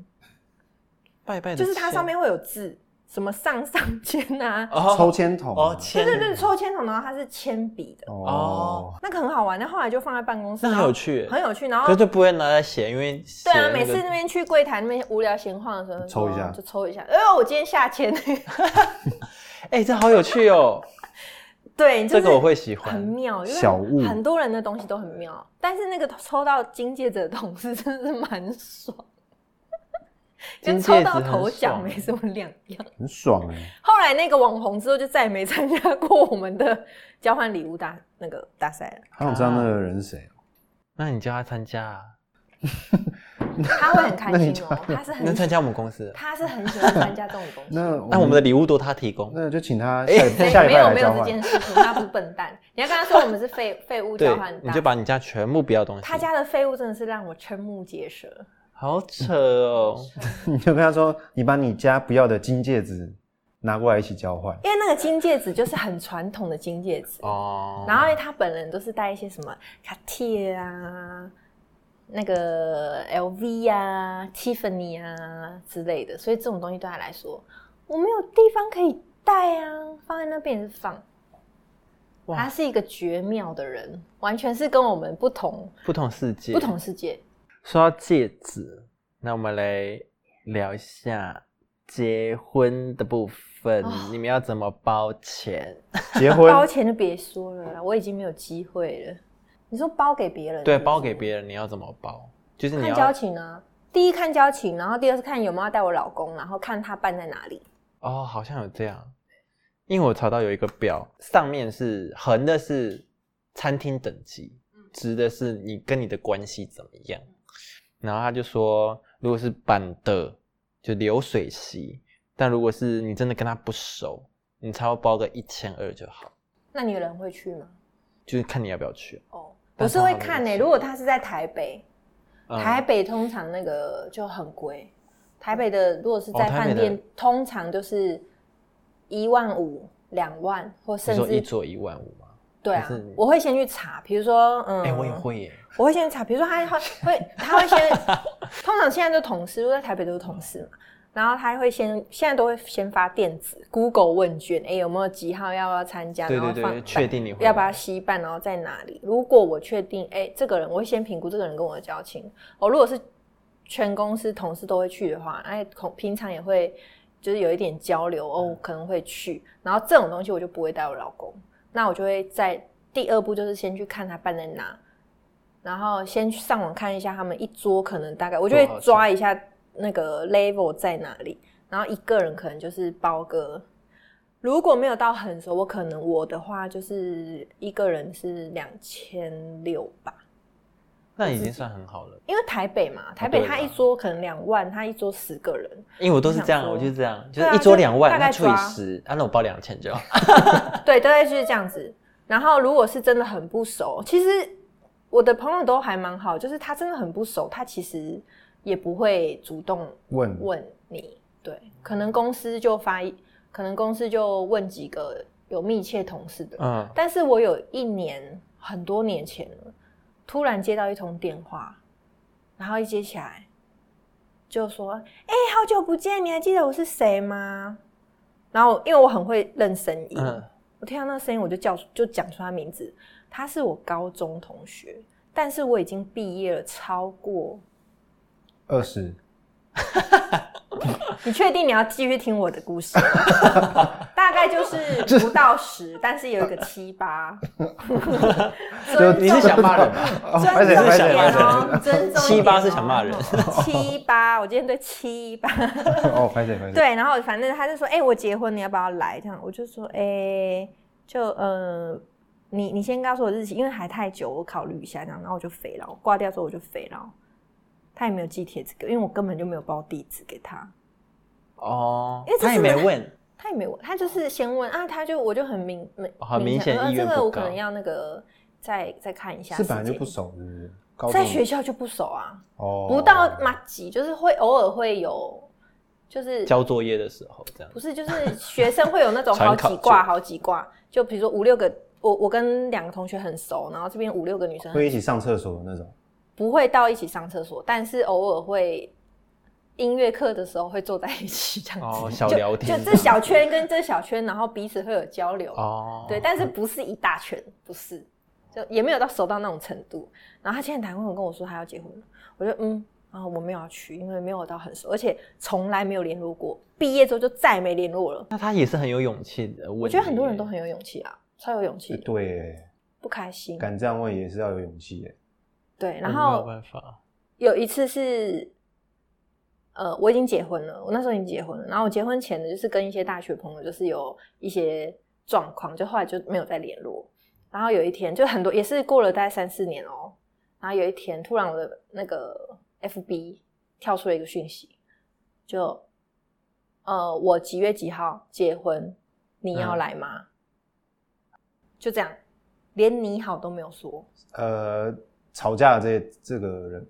Speaker 1: 拜拜的
Speaker 2: 就是它
Speaker 1: 签
Speaker 2: 上面会有字，什么上上签啊，
Speaker 1: 哦
Speaker 3: 抽签筒啊
Speaker 1: 哦，签
Speaker 2: 对对对，抽签筒，然后它是铅笔的。
Speaker 3: 哦，
Speaker 2: 那个很好玩，那后来就放在办公室，
Speaker 1: 那很
Speaker 2: 然后
Speaker 1: 有趣耶
Speaker 2: 很有趣。然
Speaker 1: 可
Speaker 2: 后
Speaker 1: 是就不会拿来写，因为
Speaker 2: 对
Speaker 1: 写
Speaker 2: 啊，
Speaker 1: 个
Speaker 2: 每次那边去柜台那边无聊闲晃的时候，
Speaker 3: 抽一下
Speaker 2: 就抽一下。哎呦，我今天下签，
Speaker 1: 哎，这好有趣哦，
Speaker 2: 对， 就
Speaker 1: 这
Speaker 2: 是
Speaker 1: 个我会喜
Speaker 2: 很
Speaker 1: 欢。
Speaker 2: 妙，因为
Speaker 3: 小物
Speaker 2: 很多人的东西都很妙，但是那个抽到金戒指的同事真的是蛮 爽，跟
Speaker 1: 金
Speaker 2: 抽
Speaker 1: 戒指
Speaker 2: 到
Speaker 1: 很
Speaker 2: 头奖
Speaker 1: 爽
Speaker 2: 没什么两样。
Speaker 3: 很爽哎，
Speaker 2: 后来那个网红之后就再也没参加过我们的交换礼物大那个大赛了，
Speaker 3: 他想知道那个人是谁哦，
Speaker 1: 那你叫他参加啊，
Speaker 2: 他会很开
Speaker 3: 那你
Speaker 2: 心哦、他是
Speaker 1: 那
Speaker 2: 很
Speaker 1: 参加我们公司的。
Speaker 2: 他是很喜欢参加这种东西。
Speaker 3: 那
Speaker 1: 那我们的礼物都他提
Speaker 2: 嗯
Speaker 1: 供，
Speaker 3: 那就请他
Speaker 1: 哎
Speaker 3: 下
Speaker 2: 没
Speaker 3: 礼下礼
Speaker 2: 没
Speaker 3: 拜
Speaker 2: 有
Speaker 3: 来
Speaker 2: 没有
Speaker 3: 交
Speaker 2: 这
Speaker 3: 换。
Speaker 2: 件事情，他不是笨蛋。你要跟他说我们是废废物
Speaker 1: 对
Speaker 2: 交换，，
Speaker 1: 你就把你家全部不要东西。
Speaker 2: 他家的废物真的是让我瞠目结舌。
Speaker 1: 好扯哦，
Speaker 3: 你就跟他说，你把你家不要的金戒指拿过来一起交换。
Speaker 2: 因为那个金戒指就是很传统的金戒指，
Speaker 1: 哦，
Speaker 2: 嗯然后他本人都是戴一些什么卡地亚啊、那个 LV 啊、Tiffany 啊之类的，所以这种东西对他来说，我没有地方可以戴啊，放在那边也是放。
Speaker 1: 哇
Speaker 2: 他是一个绝妙的人，完全是跟我们不同
Speaker 1: 不同世界，
Speaker 2: 不同世界。
Speaker 1: 说到戒指，那我们来聊一下结婚的部分，
Speaker 2: 哦
Speaker 1: 你们要怎么包钱？
Speaker 3: 结婚
Speaker 2: 包钱就别说了啦，我已经没有机会了。你说包给别人？
Speaker 1: 对，包给别人你要怎么包？就是
Speaker 2: 人
Speaker 1: 你
Speaker 2: 看交
Speaker 1: 要
Speaker 2: 情啊。第一看交情，然后第二是看有没有要带我老公，然后看他办在哪里。
Speaker 1: 哦，好像有这样，因为我查到有一个表，上面是横的是餐厅等级，
Speaker 2: 嗯
Speaker 1: 直的是你跟你的关系怎么样。然后他就说，如果是板的就流水席，但如果是你真的跟他不熟，你差不多包个一千二就好，
Speaker 2: 那你人会去吗？
Speaker 1: 就是看你要不要去。
Speaker 2: 哦，我
Speaker 1: 但
Speaker 2: 是会看
Speaker 1: 通常
Speaker 2: 呢、
Speaker 1: 没有
Speaker 2: 如果他是在台北，
Speaker 1: 嗯
Speaker 2: 台北通常那个就很贵。台北的如果是在
Speaker 1: 哦台
Speaker 2: 饭
Speaker 1: 北的
Speaker 2: 店，通常就是一万五、两万，或
Speaker 1: 你
Speaker 2: 甚
Speaker 1: 说一
Speaker 2: 至
Speaker 1: 桌一万五吗？
Speaker 2: 对啊
Speaker 1: 还是，
Speaker 2: 我会先去查，比如说，嗯，
Speaker 1: 哎、我也会耶。
Speaker 2: 我会先查，比如说他会会他会先，通常现在都同事，都在台北都是同事嘛，然后他会先现在都会先发电子 Google 问卷，哎、有没有几号要不要参加，
Speaker 1: 对
Speaker 2: 然后
Speaker 1: 对
Speaker 2: 放
Speaker 1: 对，确定你会
Speaker 2: 要把它吸办，然后在哪里？如果我确定，哎、这个人我会先评估这个人跟我的交情。哦，如果是全公司同事都会去的话，哎，同平常也会就是有一点交流哦，
Speaker 1: 嗯
Speaker 2: 我可能会去。然后这种东西我就不会带我老公，那我就会在第二步就是先去看他办在哪，然后先去上网看一下他们一桌可能大概，我就会
Speaker 1: 多少钱
Speaker 2: 抓一下那个 level 在哪里，然后一个人可能就是包个。如果没有到很熟，我可能我的话就是一个人是两千六吧，
Speaker 1: 那已经算很好了。
Speaker 2: 因为台北嘛，台北
Speaker 1: 哦对啦
Speaker 2: 他一桌可能两万，他一桌十个人，
Speaker 1: 因为我都是
Speaker 2: 想
Speaker 1: 这样，
Speaker 2: 说
Speaker 1: 我就是这样，就
Speaker 2: 对啊
Speaker 1: 是一桌
Speaker 2: 就
Speaker 1: 两万，
Speaker 2: 大概
Speaker 1: 那除以
Speaker 2: 抓
Speaker 1: 十，啊，那我包两千就好。
Speaker 2: 对，大概就是这样子。然后如果是真的很不熟，其实我的朋友都还蛮好，就是他真的很不熟，他其实也不会主动
Speaker 3: 问
Speaker 2: 问你，对，可能公司就发一，可能公司就问几个有密切同事的，
Speaker 1: 嗯，
Speaker 2: 但是我有一年很多年前了，突然接到一通电话，然后一接起来就说：“哎、好久不见，你还记得我是谁吗？”然后因为我很会认声音，
Speaker 1: 嗯
Speaker 2: 我听到那个声音我就叫出就讲出他名字，他是我高中同学，但是我已经毕业了超过。
Speaker 3: 二十，
Speaker 2: 你确定你要继续听我的故事吗？ 大概就是不到十，但是有一个七八。
Speaker 3: 就
Speaker 2: 尊重
Speaker 1: 你是想骂人吧？
Speaker 3: 哦
Speaker 2: 尊
Speaker 3: 拍
Speaker 2: 重
Speaker 3: 手
Speaker 1: 是
Speaker 2: 一
Speaker 3: 拍手哦
Speaker 1: 想
Speaker 2: 点
Speaker 1: 骂
Speaker 3: 拍手
Speaker 2: 哦，尊重一点哦
Speaker 1: 七八是想骂人
Speaker 2: 七八，我今天对七八
Speaker 3: 哦，拍谁拍谁？
Speaker 2: 对，然后反正他就说，哎、我结婚，你要不要来？这样，我就说，哎、就呃，你你先告诉我日期，因为还太久，我考虑一下这样。然后我就飞了，我挂掉之后我就飞了。他也没有寄帖子给我，因为我根本就没有报地址给他。
Speaker 1: 哦
Speaker 2: 因为，这
Speaker 1: 他也
Speaker 2: 是
Speaker 1: 没
Speaker 2: 很
Speaker 1: 问，
Speaker 2: 他也没问，他就是先问啊，他就我就很明明
Speaker 1: 哦很明显
Speaker 2: 呃
Speaker 1: 意愿
Speaker 2: 这个
Speaker 1: 不
Speaker 2: 我可
Speaker 1: 高
Speaker 2: 能要那个再再看一下时
Speaker 3: 是
Speaker 2: 间，
Speaker 3: 本来就不熟，是不是？高
Speaker 2: 在
Speaker 3: 中
Speaker 2: 学校就不熟啊，
Speaker 3: 哦，
Speaker 2: 不到马几，就是会偶尔会有，就是
Speaker 1: 交作业的时候这 样
Speaker 2: 不。是就是学生会有那种
Speaker 1: 传
Speaker 2: 好
Speaker 1: 考
Speaker 2: 几挂
Speaker 1: 卷
Speaker 2: 好几挂，就比如说五六个，我我跟两个同学很熟，然后这边五六个女生
Speaker 3: 会一起上厕所的那种。
Speaker 2: 不会到一起上厕所，但是偶尔会音乐课的时候会坐在一起这样子，
Speaker 1: 哦，小
Speaker 2: 就
Speaker 1: 聊天
Speaker 2: 就这小圈跟这小圈，然后彼此会有交流。
Speaker 1: 哦，
Speaker 2: 对，但是不是一大圈，不是，就也没有到熟到那种程度。然后他今天打电话跟我说他要结婚了，我就嗯，然后我没有要去，因为没有到很熟，而且从来没有联络过，毕业之后就再也没联络了。
Speaker 1: 那他也是很有勇气的。
Speaker 2: 我
Speaker 1: 我
Speaker 2: 觉得很多人都很有勇气啊，超有勇气，
Speaker 3: 对耶，
Speaker 2: 不开心。
Speaker 3: 敢这样问也是要有勇气耶。
Speaker 2: 对，然
Speaker 1: 没有
Speaker 2: 后
Speaker 1: 办法，
Speaker 2: 有一次是，呃，我已经结婚了，我那时候已经结婚了。然后我结婚前呢，就是跟一些大学朋友，就是有一些状况，就后来就没有再联络。然后有一天，就很多也是过了大概三四年哦。然后有一天，突然我的那个 FB 跳出了一个讯息，就呃，我几月几号结婚，你要
Speaker 1: 嗯
Speaker 2: 来吗？就这样，连你好都没有说。
Speaker 3: 呃，吵架的这这个人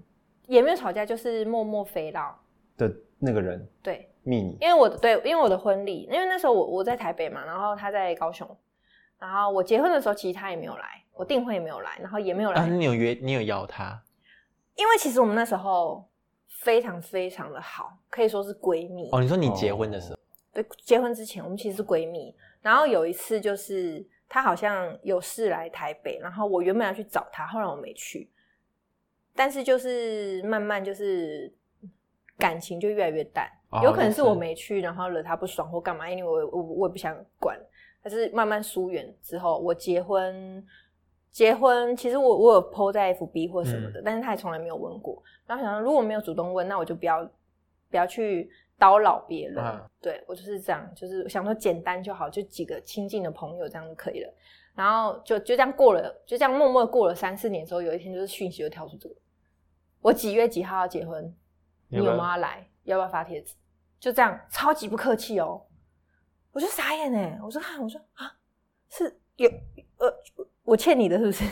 Speaker 2: 也没有吵架，就是默默飞到。
Speaker 3: 的那个人
Speaker 2: 对，
Speaker 3: 密你
Speaker 2: 因为我的对，因为我的婚礼，因为那时候我我在台北嘛，然后他在高雄，然后我结婚的时候其实他也没有来，我订婚也没有来，然后也没有来，
Speaker 1: 啊，你有约，你有邀他，
Speaker 2: 因为其实我们那时候非常非常的好，可以说是闺蜜。
Speaker 1: 哦，你说你结婚的时候，
Speaker 2: 对，结婚之前我们其实是闺蜜，然后有一次就是她好像有事来台北，然后我原本要去找她，后来我没去，但是就是慢慢就是感情就越来越淡，
Speaker 1: 哦
Speaker 2: 有可能是我
Speaker 1: 就是
Speaker 2: 没去，然后惹她不爽或干嘛，因为我我我也不想管，但是慢慢疏远之后，我结婚。结婚，其实我我有 PO 在 FB 或什么的，但是他也从来没有问过。然后想说，如果没有主动问，那我就不要不要去叨扰别人。
Speaker 1: 嗯
Speaker 2: 对我就是这样，就是想说简单就好，就几个亲近的朋友这样就可以了。然后就就这样过了，就这样默默地过了三四年之后，有一天就是讯息就跳出这个，我几月几号要结婚，
Speaker 1: 你
Speaker 2: 你
Speaker 1: 有
Speaker 2: 有
Speaker 1: 没
Speaker 2: 没
Speaker 1: 有
Speaker 2: 有要来？要不要发帖子？就这样，超级不客气哦。我就傻眼哎，我说看，我说啊，是有呃，我欠你的是不 是？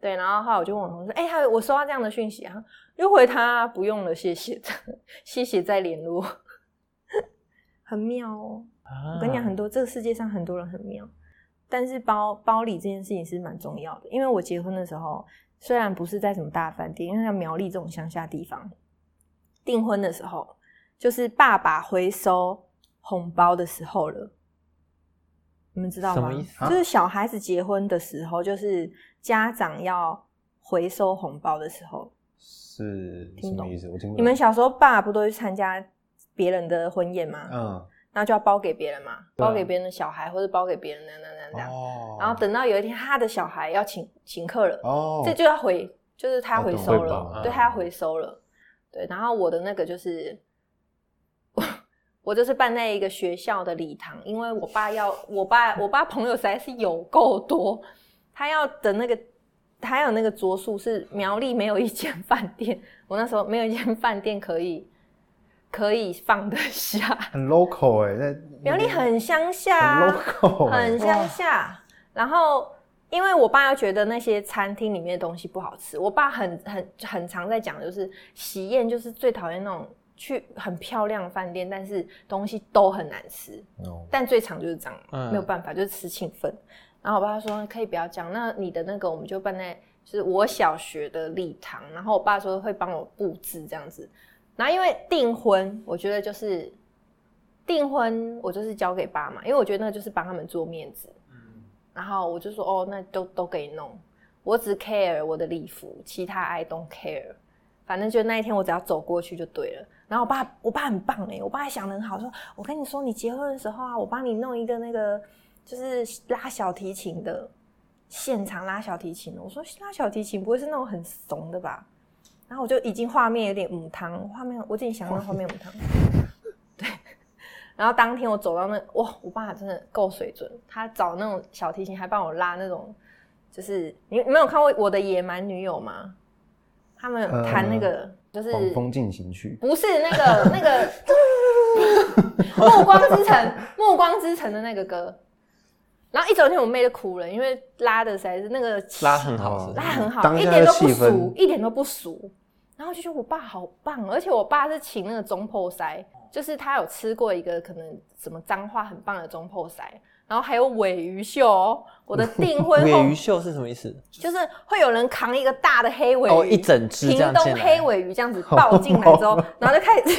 Speaker 2: 对，然后后来我就问我同事，哎、还有我收到这样的讯息啊，就回他不用了，谢 谢，谢谢再联络， 很妙哦。我
Speaker 1: 我
Speaker 2: 跟你讲，很多这个世界上很多人很妙，但是包包礼这件事情是蛮重要的。因为我结婚的时候，虽然不是在什么大饭店，因为像苗栗这种乡下地方，订婚的时候就是爸爸回收红包的时候了。你们知道吗？
Speaker 1: 什么意思啊
Speaker 2: 就是小孩子结婚的时候，就是家长要回收红包的时候。
Speaker 3: 是什
Speaker 2: 听懂
Speaker 3: 么意思？我听不懂。
Speaker 2: 你们小时候爸不都去参加别人的婚宴吗？
Speaker 3: 嗯
Speaker 2: 那就要包给别人嘛，
Speaker 3: 对啊
Speaker 2: 包给别人的小孩或者包给别人那那那那样。
Speaker 3: 哦
Speaker 2: 然后等到有一天他的小孩要请请客了，
Speaker 3: 哦，
Speaker 2: 这就要回，就是他回收
Speaker 1: 哦懂
Speaker 2: 了，
Speaker 3: 啊
Speaker 1: 会包嗯
Speaker 2: 对他要回收了。对，然后我的那个就是 我我就是办在一个学校的礼堂，因为我爸要我爸我爸朋友实在是有够多，他要的那个他有那个桌数是苗栗没有一间饭店，我那时候没有一间饭店可以可以放得下。
Speaker 3: 很 local 哎，在
Speaker 2: 苗栗很乡下
Speaker 3: 很
Speaker 2: 啊，
Speaker 3: local，哎
Speaker 2: 很乡下。然后，因为我爸又觉得那些餐厅里面的东西不好吃，我爸很很很常在讲，就是喜宴就是最讨厌那种去很漂亮的饭店，但是东西都很难吃。
Speaker 3: 哦
Speaker 2: 但最常就是这样，
Speaker 1: 嗯
Speaker 2: 没有办法，就是吃庆分。然后我爸说可以不要讲，那你的那个我们就办在就是我小学的礼堂，然后我爸说会帮我布置这样子。然后因为订婚，我觉得就是订婚，我就是交给爸妈，因为我觉得那就是帮他们做面子。然后我就说哦，那都都给你弄，我只 care 我的礼服，其他 I don't care。反正就那一天，我只要走过去就对了。然后我爸，我爸很棒哎、我爸还想的很好，说我跟你说，你结婚的时候啊，我帮你弄一个那个就是拉小提琴的，现场拉小提琴的。我说拉小提琴不会是那种很怂的吧？然后我就已经画面有点母汤，画面我已经想到画面母汤。 然后当天我走到那，哇，我爸真的够水准，他找那种小提琴还帮我拉那种，就是你你没有看过《我的野蛮女友》吗？他们
Speaker 3: 呃
Speaker 2: 弹那个、就是
Speaker 3: 狂风进行曲，
Speaker 2: 不是那个 那个《暮光之城》《暮光之城》的那个歌。然后一走进去，我妹就哭了，因为拉的实在是那个
Speaker 1: 拉很好，
Speaker 2: 那
Speaker 1: 是
Speaker 2: 很好，
Speaker 3: 当
Speaker 2: 一
Speaker 3: 下
Speaker 2: 点
Speaker 3: 的
Speaker 2: 都不
Speaker 3: 气
Speaker 2: 俗，
Speaker 3: 氛
Speaker 2: 一点都不俗。然后就觉得我爸好棒，而且我爸是请那个中破塞，就是他有吃过一个可能什么脏话很棒的中破塞，然后还有尾鱼秀、哦。我的订婚
Speaker 1: 不是。
Speaker 2: 后
Speaker 1: 尾鱼秀是什么意思？
Speaker 2: 就是会有人扛一个大的黑尾鱼，
Speaker 1: 哦，一整只这
Speaker 2: 屏
Speaker 1: 样
Speaker 2: 东
Speaker 1: 进
Speaker 2: 黑
Speaker 1: 来。哦
Speaker 2: 尾鱼这样子抱进来之后， 然后就开始，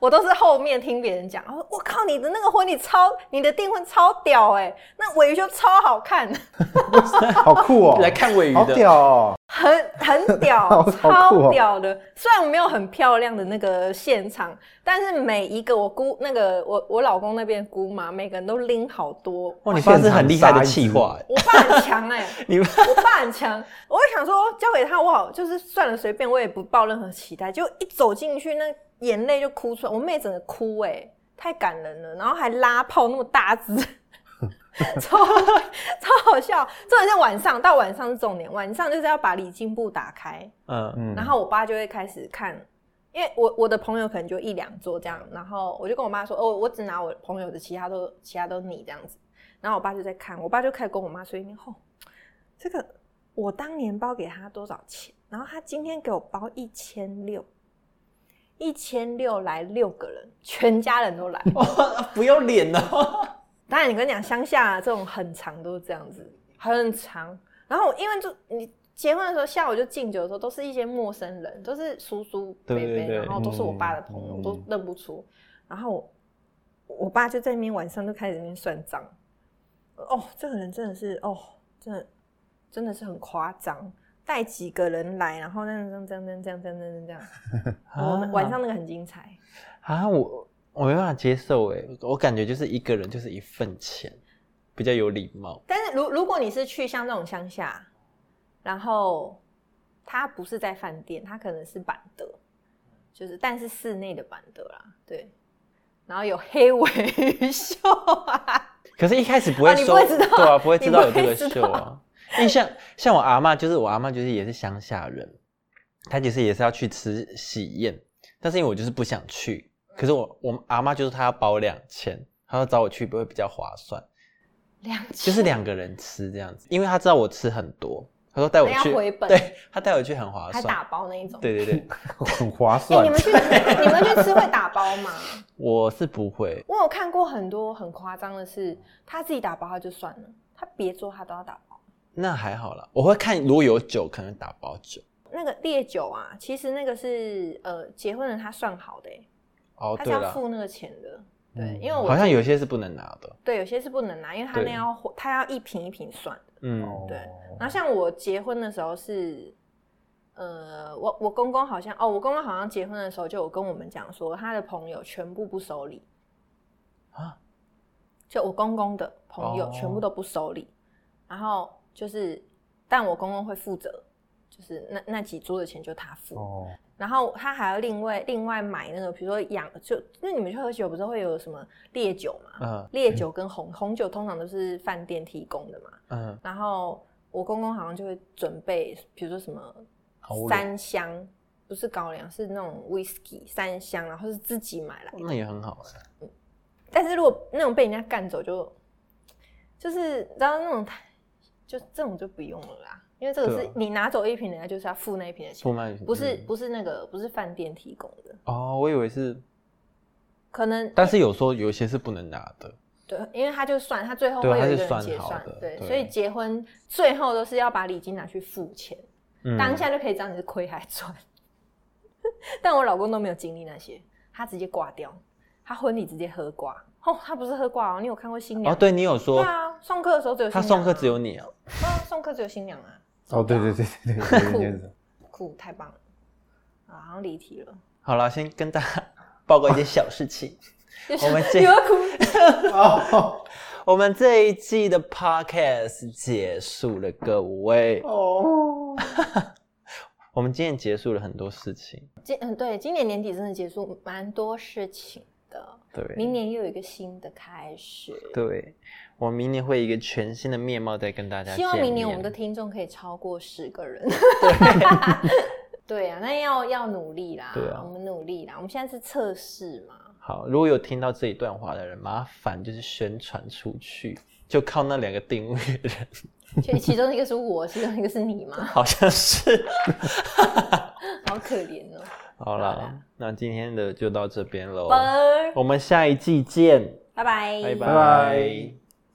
Speaker 2: 我都是后面听别人讲，我说我靠，你的那个婚礼超，你的订婚超屌哎、那尾鱼秀超好看。
Speaker 3: 好酷哦，
Speaker 1: 来看尾鱼
Speaker 3: 好
Speaker 1: 的，
Speaker 3: 屌哦，
Speaker 2: 很很屌
Speaker 3: 好，好酷哦
Speaker 2: 超屌的。虽然我没有很漂亮的那个现场，但是每一个我姑那个我我老公那边姑妈，每个人都拎好多。
Speaker 1: 哇，你爸是很厉害的气话，
Speaker 2: 我爸很强哎、
Speaker 1: 你爸
Speaker 2: 我爸很强。 我就想说交给他，我好就是算了，随便，我也不抱任何期待。就一走进去，那眼泪就哭出来，我妹整个哭哎、太感人了，然后还拉炮那么大 只。超超好笑，重点是晚上到晚上是重点，晚上就是要把礼金簿打开，
Speaker 1: 嗯，
Speaker 3: 嗯
Speaker 2: 然后我爸就会开始看，因为我我的朋友可能就一两桌这样，然后我就跟我妈说，哦，我只拿我朋友的，其他都其他都你这样子。然后我爸就在看，我爸就开始跟我妈说，哦，这个我当年包给他多少钱，然后他今天给我包一千六，一千六来六个人，全家人都来。
Speaker 1: 哇，不要脸哦，
Speaker 2: 当然，你跟你讲，乡下这种很长都是这样子，很长。然后因为就你结婚的时候，下午就敬酒的时候，都是一些陌生人，都是叔叔伯
Speaker 1: 对对
Speaker 2: 伯，
Speaker 1: 对
Speaker 2: 然后都是我爸的朋友，
Speaker 3: 嗯嗯
Speaker 2: 都认不出。然后我我爸就在那边晚上就开始在那边算账。哦，这个人真的是哦，真的真的是很夸张，带几个人来，然后那样这样这样这样这样这样这样这样。我们晚上那个很精彩。
Speaker 1: 啊，我我没办法接受哎，我感觉就是一个人就是一份钱，比较有礼貌。
Speaker 2: 但是如如果你是去像这种乡下，然后它不是在饭店，它可能是板德，就是但是室内的板德啦，对。然后有黑尾鱼秀啊，
Speaker 1: 可是，一开始不会
Speaker 2: 啊你不
Speaker 1: 说，
Speaker 2: 会知道
Speaker 1: 对啊，不会知道有
Speaker 2: 你不
Speaker 1: 这
Speaker 2: 会
Speaker 1: 个
Speaker 2: 知
Speaker 1: 秀啊。因为像像我阿嬷，就是我阿嬷，就是也是乡下人，她其实也是要去吃喜宴，但是因为我就是不想去，可是我我阿嬷就是她要包两千，她要找我去，不会比较划算，
Speaker 2: 两
Speaker 1: 就是两个人吃这样子，因为她知道我吃很多，她说带我
Speaker 2: 那要
Speaker 1: 去，
Speaker 2: 回本
Speaker 1: 对她带我去很划
Speaker 2: 还
Speaker 1: 算
Speaker 2: 打，包那一种。
Speaker 1: 对对 对，
Speaker 3: 很划
Speaker 2: 哎、
Speaker 3: 算
Speaker 2: 你，们去 你们去吃会打包吗？
Speaker 1: 我是不会，
Speaker 2: 我有看过很多很夸张的是，他自己打包他就算了，他别桌他都要打包。
Speaker 1: 那还好啦，我会看如果有酒，可能打包酒。
Speaker 2: 那个烈酒啊，其实那个是呃结婚人他算好的、欸，
Speaker 1: 哦，
Speaker 2: 他是
Speaker 1: 对
Speaker 2: 要
Speaker 1: 了，
Speaker 2: 付那个钱的。对，
Speaker 3: 嗯
Speaker 2: 因为我
Speaker 1: 好像有些是不能拿的，
Speaker 2: 对，有些是不能拿，因为他那
Speaker 1: 对
Speaker 2: 要他要一瓶一瓶算的。
Speaker 3: 哦
Speaker 1: 嗯，
Speaker 2: 对然后像我结婚的时候是，呃，我我公公好像哦，我公公好像结婚的时候就有跟我们讲说，他的朋友全部不收礼
Speaker 1: 啊
Speaker 2: 就我公公的朋友
Speaker 1: 哦
Speaker 2: 全部都不收礼，然后就是，但我公公会负责，就是那那几桌的钱就他付。
Speaker 3: 哦，
Speaker 2: 然后他还要另外另外买那个，比如说洋，就那你们去喝酒不是会有什么烈酒嘛？
Speaker 1: 嗯
Speaker 2: 烈酒跟红红酒通常都是饭店提供的嘛，
Speaker 1: 嗯，
Speaker 2: 然后我公公好像就会准备，比如说什么
Speaker 1: 高粱
Speaker 2: 三箱，不是高粱，是那种 whisky 三箱，然后是自己买来。
Speaker 1: 那也很好啊。
Speaker 2: 但是如果那种被人家干走就，就是然后那种，就这种就不用了啦，因为这个
Speaker 1: 对
Speaker 2: 是
Speaker 1: 啊
Speaker 2: 你拿走一瓶，人家就是要付那一瓶的
Speaker 1: 出
Speaker 2: 钱，
Speaker 1: 卖
Speaker 2: 不是
Speaker 1: 嗯
Speaker 2: 不是那个不是饭店提供的，
Speaker 1: 哦，我以为是，
Speaker 2: 可能
Speaker 1: 但是有时候有些是不能拿的，
Speaker 2: 对，因为他就算他最后
Speaker 1: 对
Speaker 2: 会有
Speaker 1: 他
Speaker 2: 一
Speaker 1: 是
Speaker 2: 个人
Speaker 1: 算
Speaker 2: 结
Speaker 1: 好
Speaker 2: 算
Speaker 1: 的，
Speaker 2: 对，
Speaker 1: 对
Speaker 2: 所以结婚最后都是要把礼金拿去付钱，
Speaker 1: 嗯
Speaker 2: 当下就可以知道你是亏还是赚。 但我老公都没有经历那些，他直接挂掉，他婚礼直接喝挂。哦，他不是喝挂哦，你有看过新娘？
Speaker 1: 哦，对你有
Speaker 2: 对
Speaker 1: 说
Speaker 2: 啊，送客的时候只有新
Speaker 1: 他
Speaker 2: 娘啊
Speaker 1: 送客只有你啊，
Speaker 2: 啊，送客只有新娘啊，
Speaker 3: 哦，对对对对对，有一点点
Speaker 2: 酷，太棒了。啊，好像离题 了，
Speaker 1: 好啦，先跟大家报告一件小事 情。我们这
Speaker 2: 有要哭，
Speaker 3: 哦
Speaker 1: 我们这一季的 podcast 结束了，各位。
Speaker 3: 哦，
Speaker 1: 我们今天结束了很多事情，
Speaker 2: 今嗯对，今年年底真的结束蛮多事情的，
Speaker 1: 对，
Speaker 2: 明年又有一个新的开始。
Speaker 1: 对，我明年会以一个全新的面貌再跟大家见
Speaker 2: 希
Speaker 1: 面。
Speaker 2: 望明年我们的听众可以超过十个人。 对啊，那要要努力啦。
Speaker 1: 对啊
Speaker 2: 我们努力啦。我们现在是测试嘛，
Speaker 1: 好，如果有听到这一段话的人，麻烦就是宣传出去，就靠那两个订阅人，
Speaker 2: 就其中一个是我，其中一个是你嘛，
Speaker 1: 好像是。
Speaker 2: 好可怜 哦。
Speaker 1: 好
Speaker 2: 好
Speaker 1: 啦
Speaker 2: 啦，
Speaker 1: 那今天的就到这边喽，
Speaker 2: 拜
Speaker 1: 我们下一季见，
Speaker 2: 拜拜
Speaker 1: 拜
Speaker 3: 拜
Speaker 1: 拜